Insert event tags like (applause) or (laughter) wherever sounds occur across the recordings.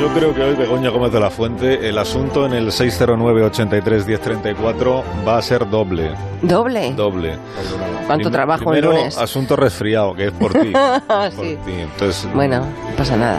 Yo creo que hoy Begoña Gómez de la Fuente, el asunto en el 609-83-1034 va a ser doble. ¿Doble? Doble. ¿Cuánto Prim- trabajo el primero, lunes? asunto resfriado, que es por (laughs) ti. Ah, por sí. ti. Entonces, Bueno, no pasa nada.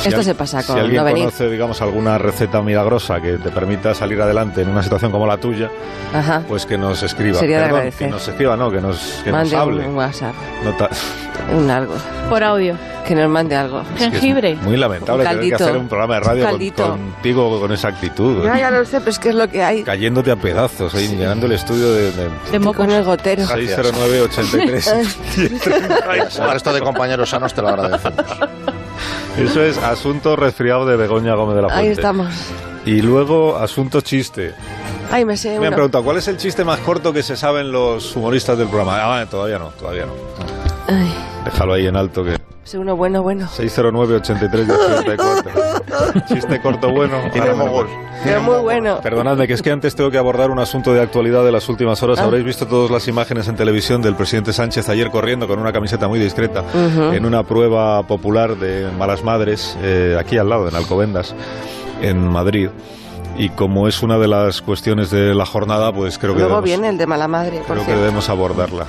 si Esto al- se pasa Si con alguien no venir. conoce, digamos, alguna receta milagrosa que te permita salir adelante en una situación como la tuya, Ajá. pues que nos escriba. Sería de Perdón, agradecer. Que nos escriba, no, que nos, que nos Mande hable. un WhatsApp, No ta- (laughs) un algo. Por audio. Que nos mande algo. es que es Jengibre. muy lamentable Un tener que caldito. hacer un programa de radio Un con- caldito. contigo con esa actitud. ya lo sé, pero es que es lo que hay. cayéndote a pedazos, ahí llenando el estudio de, de De mocos. Con el gotero. 609 83 El (laughs) resto de compañeros sanos te lo agradecemos. Eso es asunto resfriado de Begoña Gómez de la Fuente. Ahí estamos. Y luego asunto chiste. Ay, me sé Me han uno. preguntado, ¿cuál es el chiste más corto que se saben los humoristas del programa? Ah, vale, todavía no, todavía no. Ay, Déjalo ahí en alto que... sé uno bueno, bueno. 609 83 (laughs) Chiste corto bueno. Tiene Ahora me- mogol. Pero muy bueno. Perdonadme, que es que antes tengo que abordar un asunto de actualidad de las últimas horas. Ah. Habréis visto todas las imágenes en televisión del presidente Sánchez ayer corriendo con una camiseta muy discreta en una prueba popular de malas madres eh, aquí al lado, en Alcobendas, en Madrid. Y como es una de las cuestiones de la jornada, pues creo que, Luego debemos, viene el de mala madre, por creo que cierto. debemos abordarla.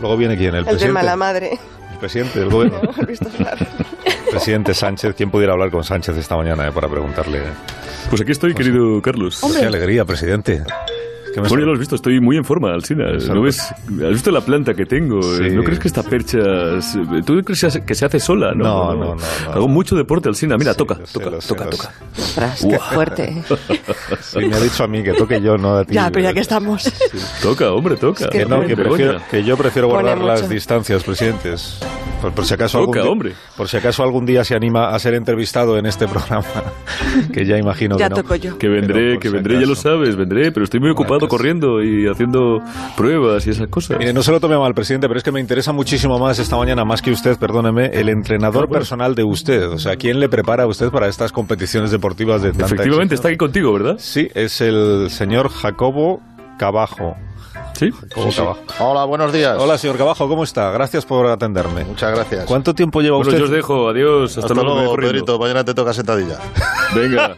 Luego viene quién, el, El de presidente. (laughs) mala madre. (laughs) El presidente del gobierno. ¿Has visto hablar? presidente Sánchez. ¿Quién pudiera hablar con Sánchez esta mañana eh, para preguntarle? Pues Pues aquí estoy, querido Carlos. Qué alegría, presidente. Es que me Bueno, ya lo has visto, estoy muy en forma, Alcina. ¿No ves? ¿Has visto la planta que tengo? Pues Sí. ¿No crees que esta percha... se- ¿Tú crees que se- que se hace sola? No, no, no, no. Hago mucho deporte, Alcina. Mira, Sí, toca, lo sé, toca, lo sé, toca, lo toca. Ostras, qué fuerte. ¿eh? Sí, me ha dicho a mí que toque yo, no a ti. Ya, pero ya que estamos. Toca, hombre, toca. Que no, que, Begoña. prefiero- que yo prefiero Pone guardar las mucho. distancias, presidentes. Por, por si acaso algún Toca, día, hombre. por si acaso algún día se anima a ser entrevistado en este programa, (laughs) que ya imagino Ya que no. toco yo. Que Pero vendré, por que si vendré, ya lo acaso. sabes, vendré, pero estoy muy ocupado acaso. corriendo y haciendo pruebas y esas cosas. Mire, no se lo tome mal, presidente, pero es que me interesa muchísimo más esta mañana, más que usted, perdóneme, el entrenador pues. personal de usted. O sea, ¿quién le prepara a usted para estas competiciones deportivas de tanta Efectivamente, exigencia? está aquí contigo, ¿verdad? Sí, es el señor Jacobo Cabajo. Sí. Jacobo Cabajo. Hola, buenos días. Hola, señor Cabajo, ¿cómo está? Gracias por atenderme. Muchas gracias. ¿Cuánto tiempo lleva Bueno, usted? yo os dejo, adiós, hasta, Hasta luego. me voy luego, corriendo. Pedrito. Mañana te toca sentadilla. Venga.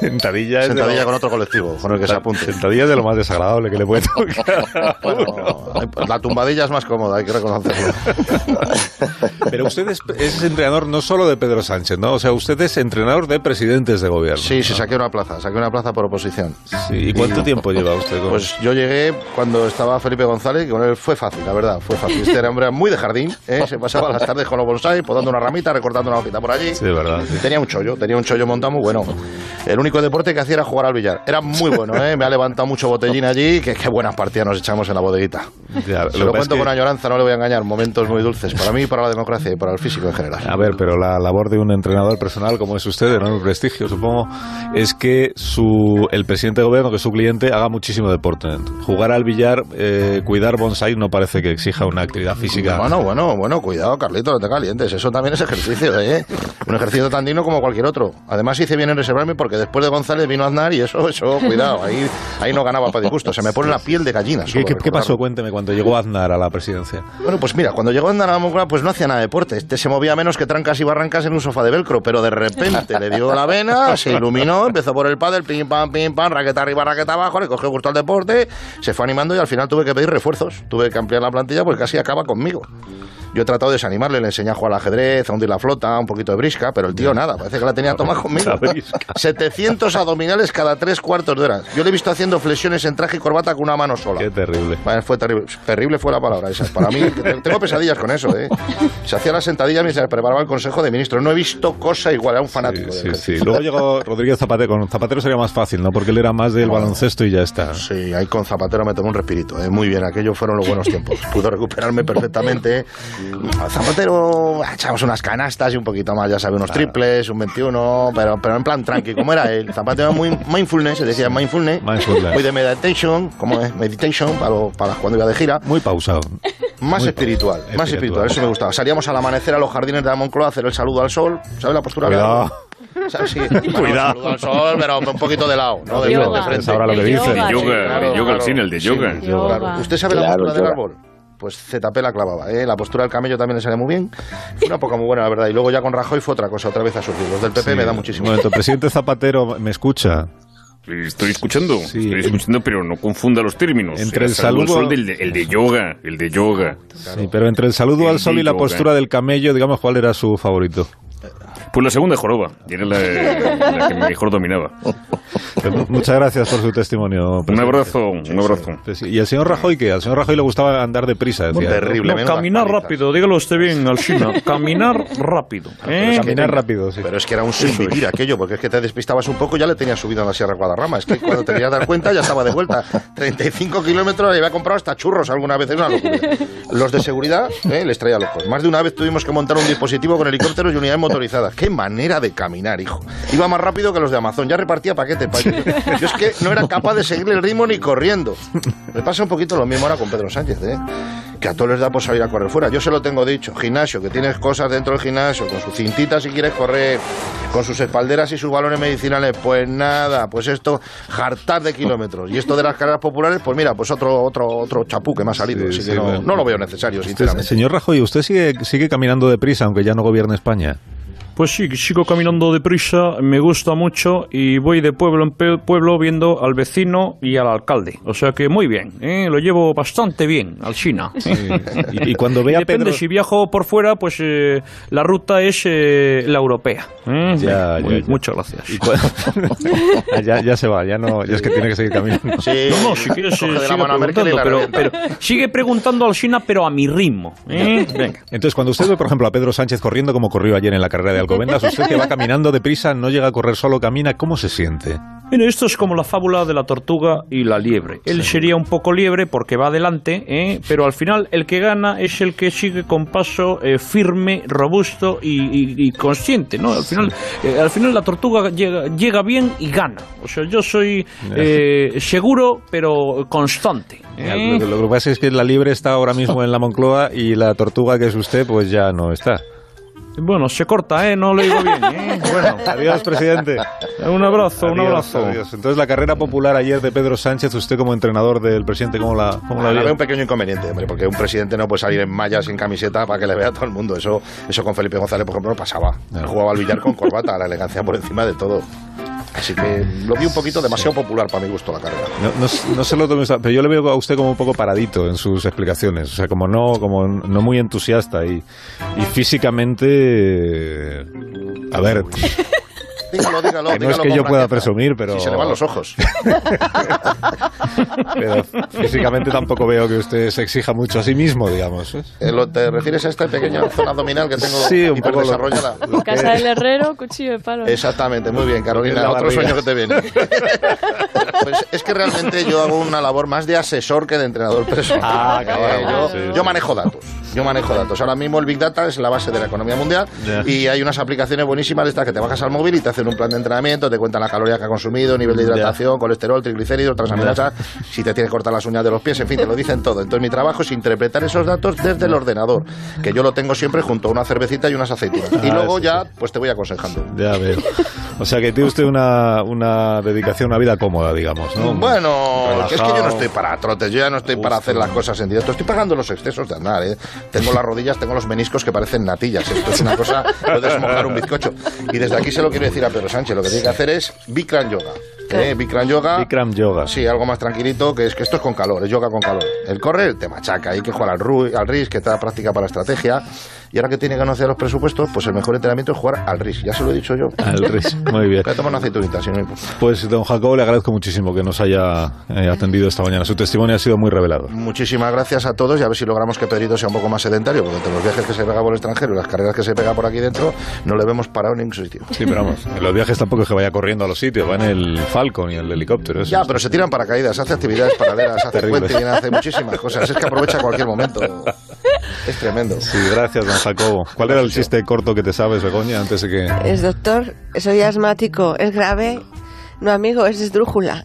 Sentadilla es de lo- Sentadilla con otro colectivo, con el que se apunte. Sentadilla es de lo más desagradable que le (laughs) puede tocar. Bueno, hay- la tumbadilla es más cómoda, hay que reconocerlo. Pero usted es, es entrenador no solo de Pedro Sánchez, ¿no? O sea, usted es entrenador de presidentes de gobierno. Sí, sí, saqué una plaza, saqué una plaza por oposición. Sí, ¿Y cuánto tiempo lleva usted con Pues yo llegué cuando estaba Felipe González, que con él fue fácil, la verdad, fue fácil. Este era hombre muy de jardín, ¿eh? se pasaba las tardes con los bonsai, podando una ramita, recortando una hojita por allí. Sí, de verdad. sí. Tenía un chollo, tenía un chollo montado muy bueno. El único deporte que hacía era jugar al billar. Era muy bueno, ¿eh? me ha levantado mucho botellín allí, que qué buenas partidas nos echamos en la bodeguita. Ya, Se lo que pasa lo, es cuento que- con añoranza, no le voy a engañar. Momentos muy dulces para mí, para la democracia y para el físico en general. A ver, pero la labor de un entrenador personal como es usted, de enorme prestigio, supongo, es que su, el presidente de gobierno, que es su cliente, haga muchísimo deporte. Jugar al billar, eh, cuidar bonsai, no parece que exija una actividad física. Bueno, bueno, bueno, cuidado, Carlito, no te calientes. Eso también es ejercicio, ¿eh? Un ejercicio tan digno como cualquier otro. Además, hice bien en reservarme porque después de González vino Aznar y eso, eso, cuidado. Ahí, ahí no ganaba para disgusto. Se me pone la piel de gallina. ¿Qué, solo qué- qué recordarlo. pasó? Cuénteme, cuando llegó Aznar a la presidencia. Bueno, pues mira, cuando llegó Andar a la Moncloa, pues no hacía nada de deporte. Este se movía menos que trancas y barrancas en un sofá de velcro, pero de repente le dio la vena, se iluminó, empezó por el pádel, pim, pam, pim, pam, raqueta arriba, raqueta abajo, le cogió gusto al deporte, se fue animando y al final tuve que pedir refuerzos. Tuve que ampliar la plantilla porque casi acaba conmigo. Yo he tratado de desanimarle, le enseñé a jugar al ajedrez, a hundir la flota, un poquito de brisca, pero el tío nada, parece que la tenía tomada conmigo. (laughs) 700 abdominales cada tres cuartos de hora. Yo le he visto haciendo flexiones en traje y corbata con una mano sola. Qué terrible. Vale, fue terrible. Terrible fue la palabra esa. (laughs) Para mí, te- tengo pesadillas con eso, ¿eh? Se hacía la sentadilla mientras preparaba el Consejo de Ministros. No he visto cosa igual, era un fanático. Sí, del sí, sí. ejercicio. Luego llegó Rodríguez Zapatero. Con Zapatero sería más fácil, ¿no? Porque él era más del baloncesto y ya está. Sí, ahí con Zapatero me tomé un respirito. ¿eh? Muy bien, aquellos fueron los buenos tiempos. Pudo recuperarme perfectamente. ¿eh? A Zapatero ah, echamos unas canastas y un poquito más, ya sabe, unos triples, un 21, pero, pero en plan tranqui, como era él. Zapatero muy mindfulness, se decía mindfulness, Mindfulness. muy de meditation, como es meditation para, lo- para cuando iba de gira. Muy pausado. Más Muy espiritual, pobre. Espiritual. más espiritual, eso me gustaba. Salíamos al amanecer a los jardines de la Moncloa a hacer el saludo al sol, ¿sabes la postura? Cuidado. O sea, (laughs) sí, bueno, Cuidado. Saludo al sol, pero un poquito de lado, (laughs) no de, Yoga. de frente. Es ahora lo que El dicen. yoga, El yoga, claro, el yoga, claro. Alcina, el de yoga. Claro. ¿Usted sabe la Claro, postura del yoga. árbol? pues ZP la clavaba. ¿eh? La postura del camello también le sale muy bien. Fue una época muy buena, la verdad. Y luego ya con Rajoy fue otra cosa, otra vez a surgir. Los del PP Sí. me da muchísimo. Bueno, tu presidente Zapatero me escucha. Estoy escuchando, Sí. estoy escuchando, pero no confunda los términos. Entre el Salvo saludo- sol del de- el de yoga, el de yoga. Sí, pero entre el saludo al El sol y la yoga. postura del camello, digamos, ¿cuál era su favorito? Pues la segunda joroba, y era la, la que mejor dominaba. Pues mu- muchas gracias por su testimonio. Un presidente. abrazo, un abrazo. Pues sí, ¿Y al señor Rajoy qué? Al señor Rajoy le gustaba andar deprisa, decía. Eh, Terrible. No, menuda caminar paliza. rápido, dígalo usted bien, Alcina. (laughs) Caminar rápido. ¿eh? Caminar rápido, sí. Pero es que era un sin vivir aquello, porque es que te despistabas un poco, ya le tenía subido en la Sierra Guadarrama. Es que cuando te querías dar cuenta ya estaba de vuelta. 35 kilómetros le había comprado hasta churros alguna vez, era una locura. Los de seguridad eh, les traía locos. Más de una vez tuvimos que montar un dispositivo con helicópteros y unidades motorizadas. ¡Qué manera de caminar, hijo! Iba más rápido que los de Amazon, ya repartía paquetes. pa' ellos. Yo es que no era capaz de seguir el ritmo ni corriendo. Me pasa un poquito lo mismo ahora con Pedro Sánchez, ¿eh? que a todos les da por salir a correr fuera. Yo se lo tengo dicho, gimnasio, que tienes cosas dentro del gimnasio, con sus cintitas si quieres correr, con sus espalderas y sus balones medicinales, pues nada, pues esto, jartar de kilómetros. Y esto de las carreras populares, pues mira, pues otro, otro, otro chapú que me ha salido, Sí, así sí, que no, bueno. no lo veo necesario, Usted- sinceramente. señor Rajoy, ¿usted sigue, sigue caminando deprisa aunque ya no gobierne España? Pues sí, sigo caminando deprisa, me gusta mucho y voy de pueblo en pe- pueblo viendo al vecino y al alcalde. O sea que muy bien, ¿eh? lo llevo bastante bien al China. Y, (laughs) y cuando vea a Depende, Pedro... si viajo por fuera, pues eh, la ruta es eh, la europea. ¿eh? Ya, Muy- ya, ya. Muchas gracias. y cua- Ah, (laughs) ya, ya se va, ya no, ya es que tiene que seguir caminando. (laughs) Sí, No, no, si quieres coge eh, de la sigue mano a Merkel y preguntando, la pero, revienta. pero sigue preguntando al China, pero a mi ritmo. ¿eh? Venga. Entonces, cuando usted ve, por ejemplo, a Pedro Sánchez corriendo como corrió ayer en la carrera de Alcobendas, usted que va caminando deprisa, no llega a correr solo, camina, ¿cómo se siente? Mira, esto es como la fábula de la tortuga y la liebre. Él sería un poco liebre porque va adelante, ¿eh? pero al final el que gana es el que sigue con paso eh, firme, robusto y, y- y consciente. ¿no? Al, final, eh, al final la tortuga llega, llega bien y gana. O sea, yo soy eh, seguro pero constante. ¿eh? Lo, que, lo que pasa es que la libre está ahora mismo en la Moncloa y la tortuga que es usted, pues ya no (laughs) está. Bueno, se corta, ¿eh? no lo digo bien. (laughs) ¿eh? Bueno, Adiós, presidente. un abrazo, un Adiós, abrazo. adiós. Entonces, la carrera popular ayer de Pedro Sánchez, usted como entrenador del presidente, ¿cómo la, cómo la Ahora vio? veo un pequeño inconveniente, hombre, porque un presidente no puede salir en malla sin camiseta para que le vea a todo el mundo. Eso, eso con Felipe González, por ejemplo, no pasaba. Claro. Jugaba al billar con corbata, la elegancia por encima de todo. Así que lo vi un poquito demasiado popular para mi gusto la carrera. No, no, s- no se lo tome usted- pero yo le veo a usted como un poco paradito en sus explicaciones, o sea, como no, como no muy entusiasta y, y físicamente, eh, a ver, Dígalo, dígalo, Que no es dígalo que con yo pueda franqueza. presumir, pero- Si se le van los ojos. pero físicamente tampoco veo que usted se exija mucho a sí mismo, digamos. ¿eh? Eh, lo- ¿Te refieres a esta pequeña zona abdominal que tengo Sí, un poco lo- hiperdesarrollada? lo que- (laughs) Casa del herrero, cuchillo de palo. Exactamente, muy bien, La Carolina. Otro barriga. sueño que te viene. (laughs) Pues es que realmente yo hago una labor más de asesor que de entrenador personal. Eh, Ah, cabrón, yo, sí, sí. yo manejo datos. Yo manejo datos. Ahora mismo el Big Data es la base de la economía mundial Ya. y hay unas aplicaciones buenísimas de estas que te bajas al móvil y te hacen un plan de entrenamiento, te cuentan las calorías que ha consumido, nivel de hidratación, colesterol, triglicéridos, transaminasas, si te tienes que cortar las uñas de los pies, en fin, te lo dicen todo. Entonces mi trabajo es interpretar esos datos desde el ordenador, que yo lo tengo siempre junto a una cervecita y unas aceitunas. Y Ah, luego sí, ya pues te voy aconsejando. Ya veo. O sea, que tiene usted una, una dedicación, una vida cómoda, digamos, ¿no? Bueno, Relajado. es que yo no estoy para trotes, yo ya no estoy para hacer las cosas en directo. Estoy pagando los excesos de andar, ¿eh? Tengo las rodillas, tengo los meniscos que parecen natillas. ¿eh? Esto es una cosa, puedes mojar un bizcocho. Y desde aquí se lo quiero decir a Pedro Sánchez, lo que tiene que hacer es Bikram Yoga. ¿eh? Bikram Yoga. Bikram yoga. Sí, algo más tranquilito, que es que esto es con calor, es yoga con calor. El correr te machaca, hay que jugar al, ru- al RIS, que te da práctica para estrategia. Y ahora que tiene que conocer los presupuestos, pues el mejor entrenamiento es jugar al RIS. Ya se lo he dicho yo. Al ris- Muy (laughs) bien. Voy a tomar una aceitunita, si no me importa. Pues, don Jacobo, le agradezco muchísimo que nos haya eh, atendido esta mañana. Su testimonio ha sido muy revelador. Muchísimas gracias a todos y a ver si logramos que Pedrito sea un poco más sedentario, porque entre los viajes que se pega por el extranjero y las carreras que se pega por aquí dentro, no le vemos parado en ningún sitio. Sí, pero vamos, en los viajes tampoco es que vaya corriendo a los sitios, va en el Falcon y en el helicóptero. Eso. Ya, pero se tiran paracaídas, hace actividades paralelas, hace Terrible. puente, hace muchísimas cosas. Es que aprovecha (laughs) cualquier momento. Es tremendo. Sí, gracias, don Jacobo. ¿Cuál era el chiste corto que te sabes, Begoña, antes de que...? Es doctor, soy (laughs) asmático, es grave. No, amigo, es esdrújula.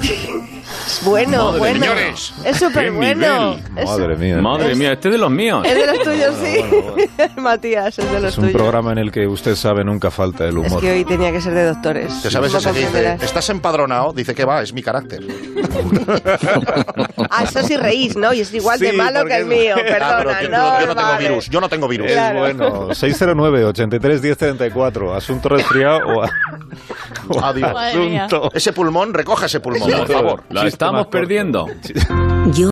Es bueno, Madre bueno. mía. Es Qué súper bueno. nivel. Madre mía. Ah, Madre mía, este es de los míos. Es de los tuyos, sí. (laughs) Matías, es de los Es un tuyos. programa en el que usted sabe nunca falta el Es humor. que hoy tenía que ser de doctores. ¿Te sabes No ese que dice? comprenderás. Estás empadronado. Dice que va, es mi carácter. Ah, eso sí reís, ¿no? Y es igual de Sí, malo que porque el mío. es- (laughs) Ah, Perdona, pero que- no, yo no tengo vale. virus. Yo no tengo virus. Es Claro. bueno. 609 83 1034 Asunto resfriado o, a- o Adiós. Madre mía. asunto. Ese pulmón, recoja ese pulmón, por favor. La estamos corto. perdiendo. Yo